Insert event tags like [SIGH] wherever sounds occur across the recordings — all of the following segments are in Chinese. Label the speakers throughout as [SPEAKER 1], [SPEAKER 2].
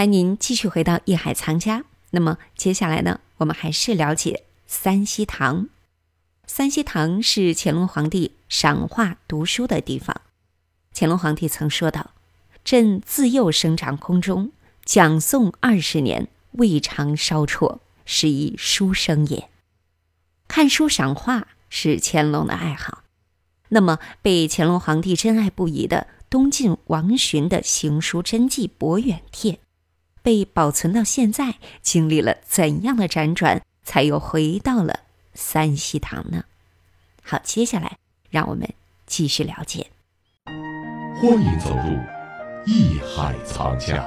[SPEAKER 1] 欢迎您继续回到《艺海藏家》。那么接下来呢，我们还是了解三希堂。三希堂是乾隆皇帝赏画读书的地方。乾隆皇帝曾说道：“朕自幼生长宫中，讲诵二十年，未尝稍辍，是一书生也。”看书赏画是乾隆的爱好。那么，被乾隆皇帝珍爱不已的东晋王洵的行书真迹《博远帖》，被保存到现在，经历了怎样的辗转，才又回到了三希堂呢？好，接下来让我们继续了解。
[SPEAKER 2] 欢迎走入艺海藏家。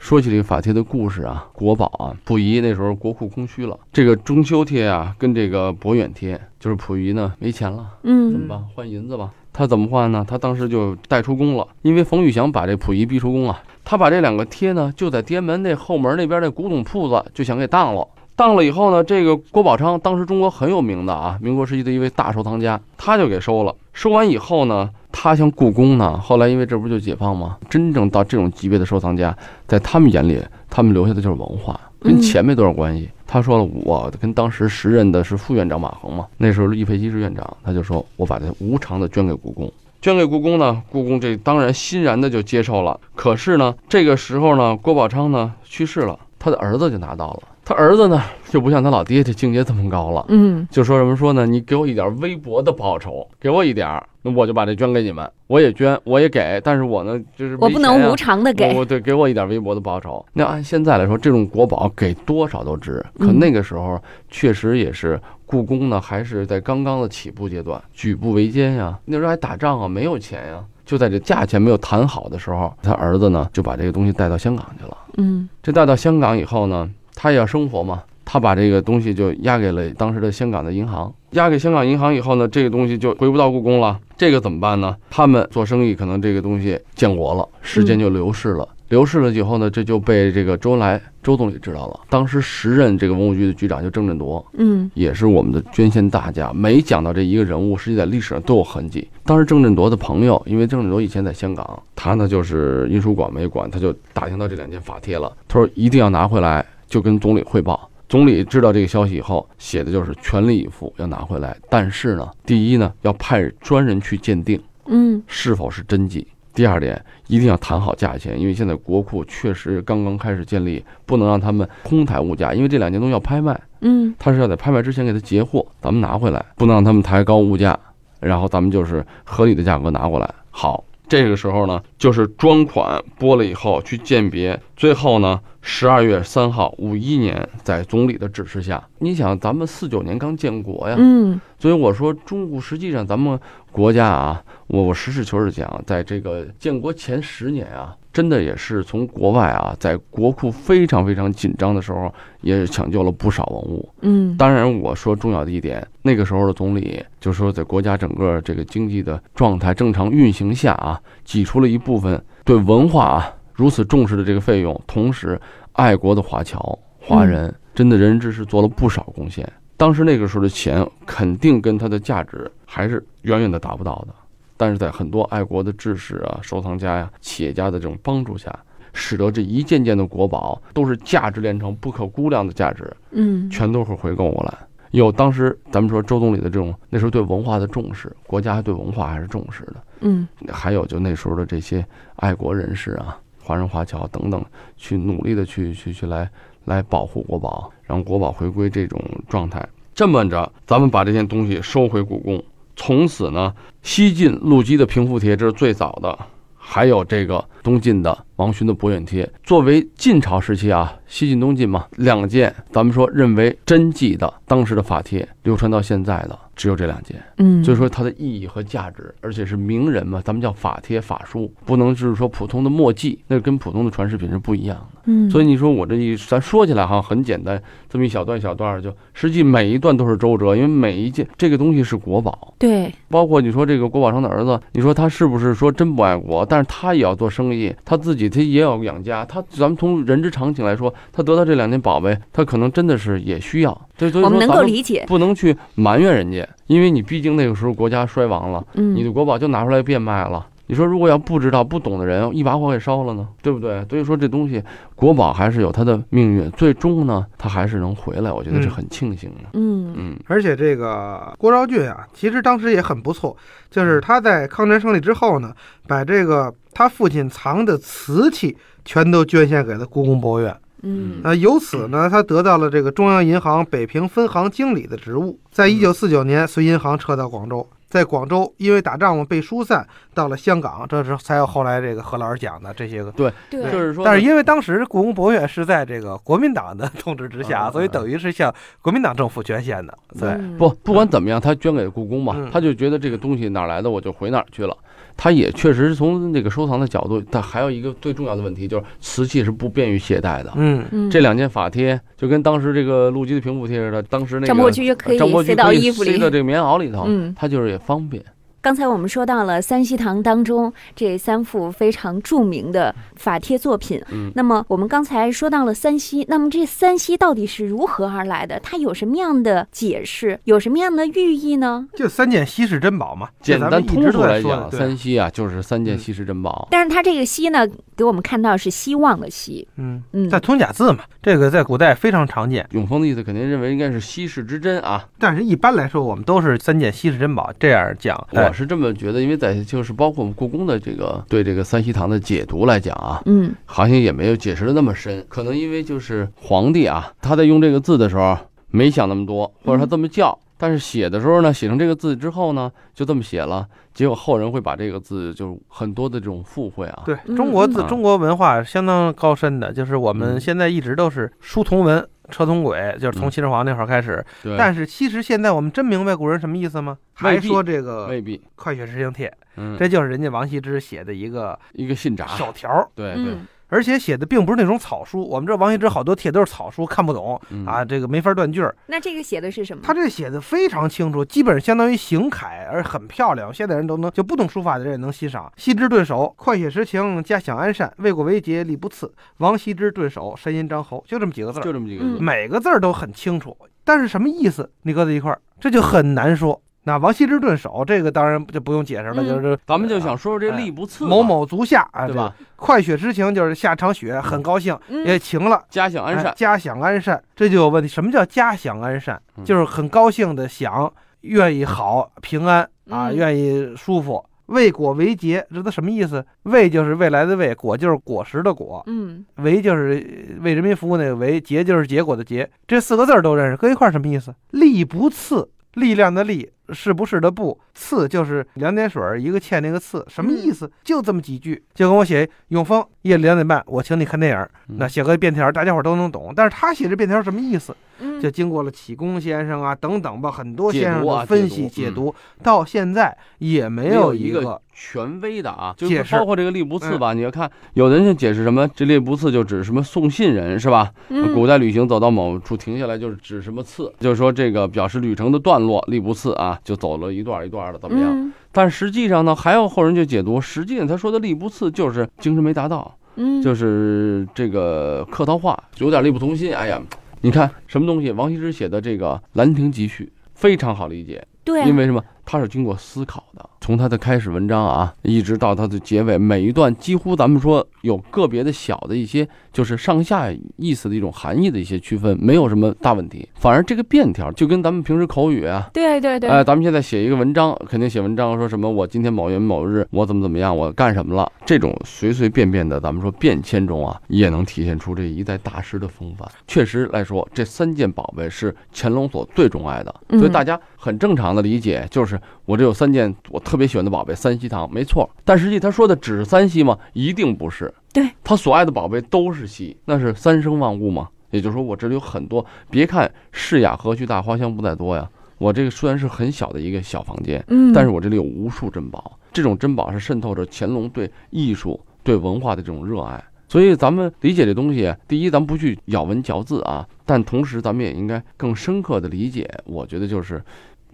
[SPEAKER 3] 说起这个法帖的故事啊，国宝啊，溥仪那时候国库空虚了，这个中秋帖啊，跟这个博远帖，就是溥仪呢没钱了，怎么
[SPEAKER 1] 嗯
[SPEAKER 3] 办？换银子吧。他怎么换呢？他当时就带出宫了，因为冯玉祥把这溥仪逼出宫啊。他把这两个贴呢，就在天安门那后门那边那古董铺子就想给当了。当了以后呢，这个郭宝昌当时中国很有名的啊，民国时期的一位大收藏家，他就给收了。收完以后呢，他像故宫呢，后来因为这不就解放吗？真正到这种级别的收藏家，在他们眼里，他们留下的就是文化，跟
[SPEAKER 1] 嗯
[SPEAKER 3] 钱没多少关系。他说了，我跟当时时任的是副院长马恒嘛，那时候易佩西是院长，他就说我把它无偿的捐给故宫。捐给故宫呢，故宫这当然欣然的就接受了。可是呢，这个时候呢，郭宝昌呢去世了，他的儿子就拿到了。他儿子呢，就不像他老爹这境界这么高了，
[SPEAKER 1] 嗯
[SPEAKER 3] 就说什么说呢？你给我一点微薄的报酬，给我一点儿，那我就把这捐给你们，我也捐，我也给，但是我呢，就是
[SPEAKER 1] 我
[SPEAKER 3] 没
[SPEAKER 1] 不
[SPEAKER 3] 钱呀
[SPEAKER 1] 能无偿的
[SPEAKER 3] 啊我
[SPEAKER 1] 给，
[SPEAKER 3] 我对，给我一点微薄的报酬。那按现在来说，这种国宝给多少都值。可
[SPEAKER 1] 嗯
[SPEAKER 3] 那个时候确实也是故宫呢，还是在刚刚的起步阶段，举步维艰呀。那时候还打仗啊，没有钱呀。就在这价钱没有谈好的时候，他儿子呢就把这个东西带到香港去了。
[SPEAKER 1] 嗯
[SPEAKER 3] 这带到香港以后呢，他也要生活嘛，他把这个东西就押给了当时的香港的银行。押给香港银行以后呢，这个东西就回不到故宫了。这个怎么办呢？他们做生意可能这个东西建国了，时间就流逝了。流逝了以后呢，这就被这个周恩来周总理知道了。当时时任这个文物局的局长就郑振铎，
[SPEAKER 1] 嗯
[SPEAKER 3] 也是我们的捐献大家。每讲到这一个人物，实际在历史上都有痕迹。当时郑振铎的朋友，因为郑振铎以前在香港，他呢就是印书馆没管，他就打听到这两件法帖了。他说一定要拿回来，就跟总理汇报。总理知道这个消息以后，写的就是全力以赴要拿回来。但是呢，第一呢要派专人去鉴定
[SPEAKER 1] 嗯
[SPEAKER 3] 是否是真迹。第二点，一定要谈好价钱，因为现在国库确实刚刚开始建立，不能让他们哄抬物价，因为这两件东西要拍卖。
[SPEAKER 1] 嗯
[SPEAKER 3] 他是要在拍卖之前给他截货，咱们拿回来，不能让他们抬高物价，然后咱们就是合理的价格拿过来。好，这个时候呢，就是专款拨了以后去鉴别，最后呢，十二月三号，五一年，在总理的指示下，你想咱们四九年刚建国呀，
[SPEAKER 1] 嗯
[SPEAKER 3] 所以我说中国实际上咱们国家啊，我我实事求是讲，在这个建国前十年啊。真的也是从国外啊，在国库非常非常紧张的时候，也是抢救了不少文物。
[SPEAKER 1] 嗯
[SPEAKER 3] 当然，我说重要的一点，那个时候的总理就说，在国家整个这个经济的状态正常运行下啊，挤出了一部分对文化啊如此重视的这个费用，同时，爱国的华侨华人真的仁人志士做了不少贡献。当时那个时候的钱肯定跟它的价值还是远远的达不到的，但是在很多爱国的志士啊、收藏家呀、企业家的这种帮助下，使得这一件件的国宝都是价值连城、不可估量的价值。
[SPEAKER 1] 嗯
[SPEAKER 3] 全都会回购过来。有当时咱们说周总理的这种那时候对文化的重视，国家对文化还是重视的。
[SPEAKER 1] 嗯
[SPEAKER 3] 还有就那时候的这些爱国人士啊，华人华侨等等，去努力的去去去来来保护国宝，让国宝回归这种状态。这么着，咱们把这件东西收回故宫，从此呢，西晋陆机的平复帖这是最早的，还有这个东晋的王洵的博远帖，作为晋朝时期啊，西晋东晋嘛，两件咱们说认为真迹的当时的法帖，流传到现在的只有这两件。
[SPEAKER 1] 嗯，
[SPEAKER 3] 所以说它的意义和价值，而且是名人嘛，咱们叫法帖、法书，不能就是说普通的墨迹，那跟普通的传世品是不一样的。
[SPEAKER 1] 嗯，
[SPEAKER 3] 所以你说我这一咱说起来哈很简单，这么一小段一小段儿就，实际每一段都是周折，因为每一件这个东西是国宝，
[SPEAKER 1] 对，
[SPEAKER 3] 包括你说这个郭宝昌的儿子，你说他是不是说真不爱国？但是他也要做生意，他自己他也要养家。他咱们从人之常情来说，他得到这两件宝贝，他可能真的是也需要。对，所以
[SPEAKER 1] 我
[SPEAKER 3] 说
[SPEAKER 1] 哦们能
[SPEAKER 3] 咱
[SPEAKER 1] 够理解，
[SPEAKER 3] 不能去埋怨人家，因为你毕竟那个时候国家衰亡了，
[SPEAKER 1] 嗯，
[SPEAKER 3] 你的国宝就拿出来变卖了。你说如果要不知道、不懂的人一把火给烧了呢，对不对？所以说这东西国宝还是有它的命运，最终呢，它还是能回来，我觉得
[SPEAKER 4] 嗯
[SPEAKER 3] 是很庆幸的。
[SPEAKER 1] 嗯
[SPEAKER 3] 嗯
[SPEAKER 4] 而且这个郭昭俊啊，其实当时也很不错，就是
[SPEAKER 3] 嗯
[SPEAKER 4] 他在抗战胜利之后呢，把这个他父亲藏的瓷器全都捐献给了故宫博物院。
[SPEAKER 1] 嗯
[SPEAKER 4] 呃，由此呢，他得到了这个中央银行北平分行经理的职务。
[SPEAKER 3] 嗯
[SPEAKER 4] 在一九四九年，随银行撤到广州，在广州因为打仗嘛被疏散，到了香港，这是才有后来这个何老师讲的这些个。
[SPEAKER 1] 对，
[SPEAKER 3] 就是说，
[SPEAKER 4] 但是因为当时故宫博物院是在这个国民党的 [LAUGHS] 统治之下，
[SPEAKER 3] 嗯
[SPEAKER 4] 所以等于是向国民党政府捐献的。对，
[SPEAKER 1] 嗯
[SPEAKER 3] 不不管怎么样，他捐给故宫嘛
[SPEAKER 4] 嗯，
[SPEAKER 3] 他就觉得这个东西哪儿来的我就回哪儿去了。他也确实是从那个收藏的角度，但还有一个最重要的问题就是瓷器是不便于携带的。
[SPEAKER 4] 嗯，
[SPEAKER 1] 嗯
[SPEAKER 3] 这两件法贴就跟当时这个陆机的平复贴似的，当时那个
[SPEAKER 1] 张伯驹就可
[SPEAKER 3] 张伯
[SPEAKER 1] 以
[SPEAKER 3] 驹
[SPEAKER 1] 塞
[SPEAKER 3] 可
[SPEAKER 1] 到
[SPEAKER 3] 以
[SPEAKER 1] 衣服
[SPEAKER 3] 塞
[SPEAKER 1] 里
[SPEAKER 3] 到。这个棉袄里头，
[SPEAKER 1] 嗯
[SPEAKER 3] 它就是也方便。
[SPEAKER 1] 刚才我们说到了三希堂当中这三幅非常著名的法帖作品。
[SPEAKER 3] 嗯
[SPEAKER 1] 那么我们刚才说到了三希，那么这三希到底是如何而来的？它有什么样的解释？有什么样的寓意呢？
[SPEAKER 4] 就三件稀世珍宝嘛，
[SPEAKER 3] 简
[SPEAKER 4] 这咱
[SPEAKER 3] 单
[SPEAKER 4] 们一
[SPEAKER 3] 通
[SPEAKER 4] 直
[SPEAKER 3] 俗
[SPEAKER 4] 都在
[SPEAKER 3] 来
[SPEAKER 4] 说
[SPEAKER 3] 讲，
[SPEAKER 4] 的对
[SPEAKER 3] 三希啊就是三件
[SPEAKER 4] 嗯
[SPEAKER 3] 稀世珍宝。
[SPEAKER 1] 但是它这个希呢，给我们看到是希望的希。
[SPEAKER 4] 嗯，
[SPEAKER 1] 嗯
[SPEAKER 4] 在通假字嘛，这个在古代非常常见。
[SPEAKER 3] 永丰的意思肯定认为应该是稀世之珍啊，
[SPEAKER 4] 但是一般来说，我们都是三件稀世珍宝这样讲。哎
[SPEAKER 3] 我是这么觉得，因为在就是包括我们故宫的这个对这个三希堂的解读来讲啊，
[SPEAKER 1] 嗯
[SPEAKER 3] 好像也没有解释的那么深，可能因为就是皇帝啊，他在用这个字的时候啊没想那么多，或者他这么叫，
[SPEAKER 4] 嗯
[SPEAKER 3] 但是写的时候呢，写成这个字之后呢，就这么写了，结果后人会把这个字就是很多的这种附会啊，
[SPEAKER 4] 对
[SPEAKER 1] 嗯
[SPEAKER 4] 中国字
[SPEAKER 3] 嗯、
[SPEAKER 4] 中国文化相当高深的，就是我们
[SPEAKER 3] 嗯
[SPEAKER 4] 现在一直都是书同文。车同轨，就是从
[SPEAKER 3] 嗯
[SPEAKER 4] 秦始皇那会儿开始。
[SPEAKER 3] 对，
[SPEAKER 4] 但是其实现在我们真明白古人什么意思吗？还
[SPEAKER 3] 未必
[SPEAKER 4] 说这个
[SPEAKER 3] 未
[SPEAKER 4] 《
[SPEAKER 3] 必，
[SPEAKER 4] 快雪时晴帖》，
[SPEAKER 3] 嗯，啊
[SPEAKER 4] 这就是人家王羲之写的一个
[SPEAKER 3] 一个信札，
[SPEAKER 4] 手条儿，
[SPEAKER 3] 哎对对，
[SPEAKER 1] 嗯
[SPEAKER 4] 而且写的并不是那种草书。我们这王羲之好多帖都是草书，看不懂
[SPEAKER 3] 嗯
[SPEAKER 4] 啊，，这个没法断句儿。
[SPEAKER 1] 那这个写的是什么？
[SPEAKER 4] 他这写的非常清楚，基本相当于行楷，而很漂亮。现在人都能就不懂书法的人也能欣赏。羲之顿首，快雪时晴加享安善，为国为节礼不次。王羲之顿首，山阴张侯，就这么几个字儿，
[SPEAKER 3] 就这么几个
[SPEAKER 1] 嗯
[SPEAKER 3] 字，
[SPEAKER 4] 每个字儿都很清楚，但是什么意思你搁在一块儿，这就很难说。那王羲之顿首这个当然就不用解释了，
[SPEAKER 1] 嗯
[SPEAKER 4] 就是呃
[SPEAKER 3] 咱们就想说说这吏不次吧
[SPEAKER 4] 哎某，某足下啊，
[SPEAKER 3] 对吧？？
[SPEAKER 4] 快雪时晴就是下场雪，很高兴，
[SPEAKER 1] 嗯
[SPEAKER 4] 也晴了。
[SPEAKER 3] 家享安
[SPEAKER 4] 哎
[SPEAKER 3] 善，
[SPEAKER 4] 家享安善，这就有问题。什么叫家享安善？
[SPEAKER 3] 嗯
[SPEAKER 4] 就是很高兴的享，愿意好平安啊，
[SPEAKER 1] 嗯
[SPEAKER 4] 愿意舒服。为果为节，这都什么意思？为就是未来的为，果就是果实的果，
[SPEAKER 1] 嗯
[SPEAKER 4] 为就是为人民服务那个为，节就是结果的结。这四个字儿都认识，搁一块儿什么意思？力不次，力量的力，是不是的不，次就是两点水儿一个欠那个次，什么意思？就这么几句，就跟我写永丰夜里两点半，我请你看电影儿，
[SPEAKER 3] 嗯
[SPEAKER 4] 那写个便条儿，大家伙儿都能懂。但是他写这便条儿什么意思？
[SPEAKER 1] 嗯，
[SPEAKER 4] 就经过了启功先生啊等等吧，很多
[SPEAKER 3] 解
[SPEAKER 4] 先生
[SPEAKER 3] 读啊
[SPEAKER 4] 的分析
[SPEAKER 3] 解
[SPEAKER 4] 解
[SPEAKER 3] 读
[SPEAKER 4] 读，到现在也没
[SPEAKER 3] 没
[SPEAKER 4] 有
[SPEAKER 3] 一
[SPEAKER 4] 个
[SPEAKER 3] 权威的啊，就
[SPEAKER 4] 解
[SPEAKER 3] 是
[SPEAKER 4] 释嗯
[SPEAKER 3] 包括这个吏不次吧。你要看，有人就解释什么这吏不次就指什么送信人是吧？
[SPEAKER 1] 嗯
[SPEAKER 3] 古代旅行走到某处停下来就是指什么次，就是说这个表示旅程的段落，吏不次啊，就走了一段一段的怎么样？
[SPEAKER 1] 嗯
[SPEAKER 3] 但实际上呢，还有后人就解读，实际上他说的吏不次就是精神没达到，
[SPEAKER 1] 嗯，
[SPEAKER 3] 就是这个客套话，有点力不从心。哎呀，你看什么东西？王羲之写的这个《兰亭集序》非常好理解，
[SPEAKER 1] 对啊，
[SPEAKER 3] 因为什么？它是经过思考的，从它的开始文章啊，一直到它的结尾，每一段几乎咱们说有个别的小的一些，就是上下意思的一种含义的一些区分，没有什么大问题。反而这个便条就跟咱们平时口语啊。
[SPEAKER 1] 对对对，
[SPEAKER 3] 哎，咱们现在写一个文章，肯定写文章说什么我今天某月某日我怎么怎么样，我干什么了？这种随随便便的，咱们说变迁中啊，也能体现出这一代大师的风范。确实来说，这三件宝贝是乾隆所最钟爱的，所以
[SPEAKER 1] 嗯
[SPEAKER 3] 大家很正常的理解就是我这有三件我特别喜欢的宝贝，三希堂没错。但实际他说的只是三希吗？一定不是。
[SPEAKER 1] 对，
[SPEAKER 3] 他所爱的宝贝都是希，那是三生万物嘛。也就是说，我这里有很多，别看是雅何须大，花香不在多呀。我这个虽然是很小的一个小房间，
[SPEAKER 1] 嗯，
[SPEAKER 3] 但是我这里有无数珍宝，这种珍宝是渗透着乾隆对艺术、对文化的这种热爱。所以咱们理解这东西，第一，咱们不去咬文嚼字啊，但同时咱们也应该更深刻的理解。我觉得就是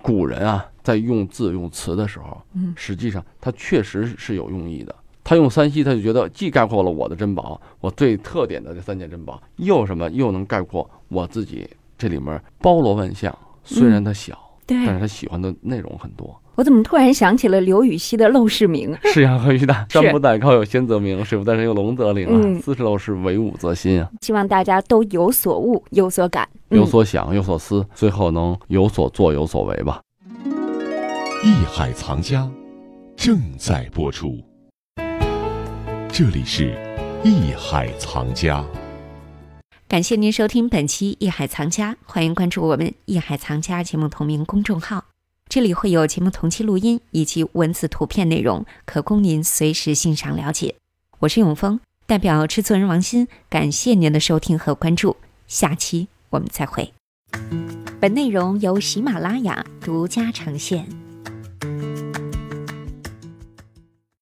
[SPEAKER 3] 古人啊，在用字用词的时候，
[SPEAKER 1] 嗯
[SPEAKER 3] 实际上他确实是有用意的。他用三希，他就觉得既概括了我的珍宝，我最特点的这三件珍宝，又什么又能概括我自
[SPEAKER 1] 嗯
[SPEAKER 3] 己这里面包罗万象。虽然它小，但
[SPEAKER 1] 对
[SPEAKER 3] 嗯是他喜欢的内容很多。
[SPEAKER 5] 我怎么突然想起了刘禹锡的《陋室铭》？
[SPEAKER 3] 是养和于大，
[SPEAKER 5] 是
[SPEAKER 3] 山不在高有仙则名，水不在深有龙则灵
[SPEAKER 5] 嗯
[SPEAKER 3] 啊。斯是陋室，惟吾则新啊，
[SPEAKER 5] 希望大家都有所悟，有所感。嗯
[SPEAKER 3] 有所想，有所思，最后能有所作，有所为吧。
[SPEAKER 2] 艺海藏家正在播出。这里是艺海藏家。
[SPEAKER 1] 感谢您收听本期《艺海藏家》，欢迎关注我们《艺海藏家》节目同名公众号，这里会有节目同期录音以及文字、图片内容，可供您随时欣赏了解。我是永峰，代表制作人王鑫，感谢您的收听和关注，下期我们再会。本内容由喜马拉雅独家呈现。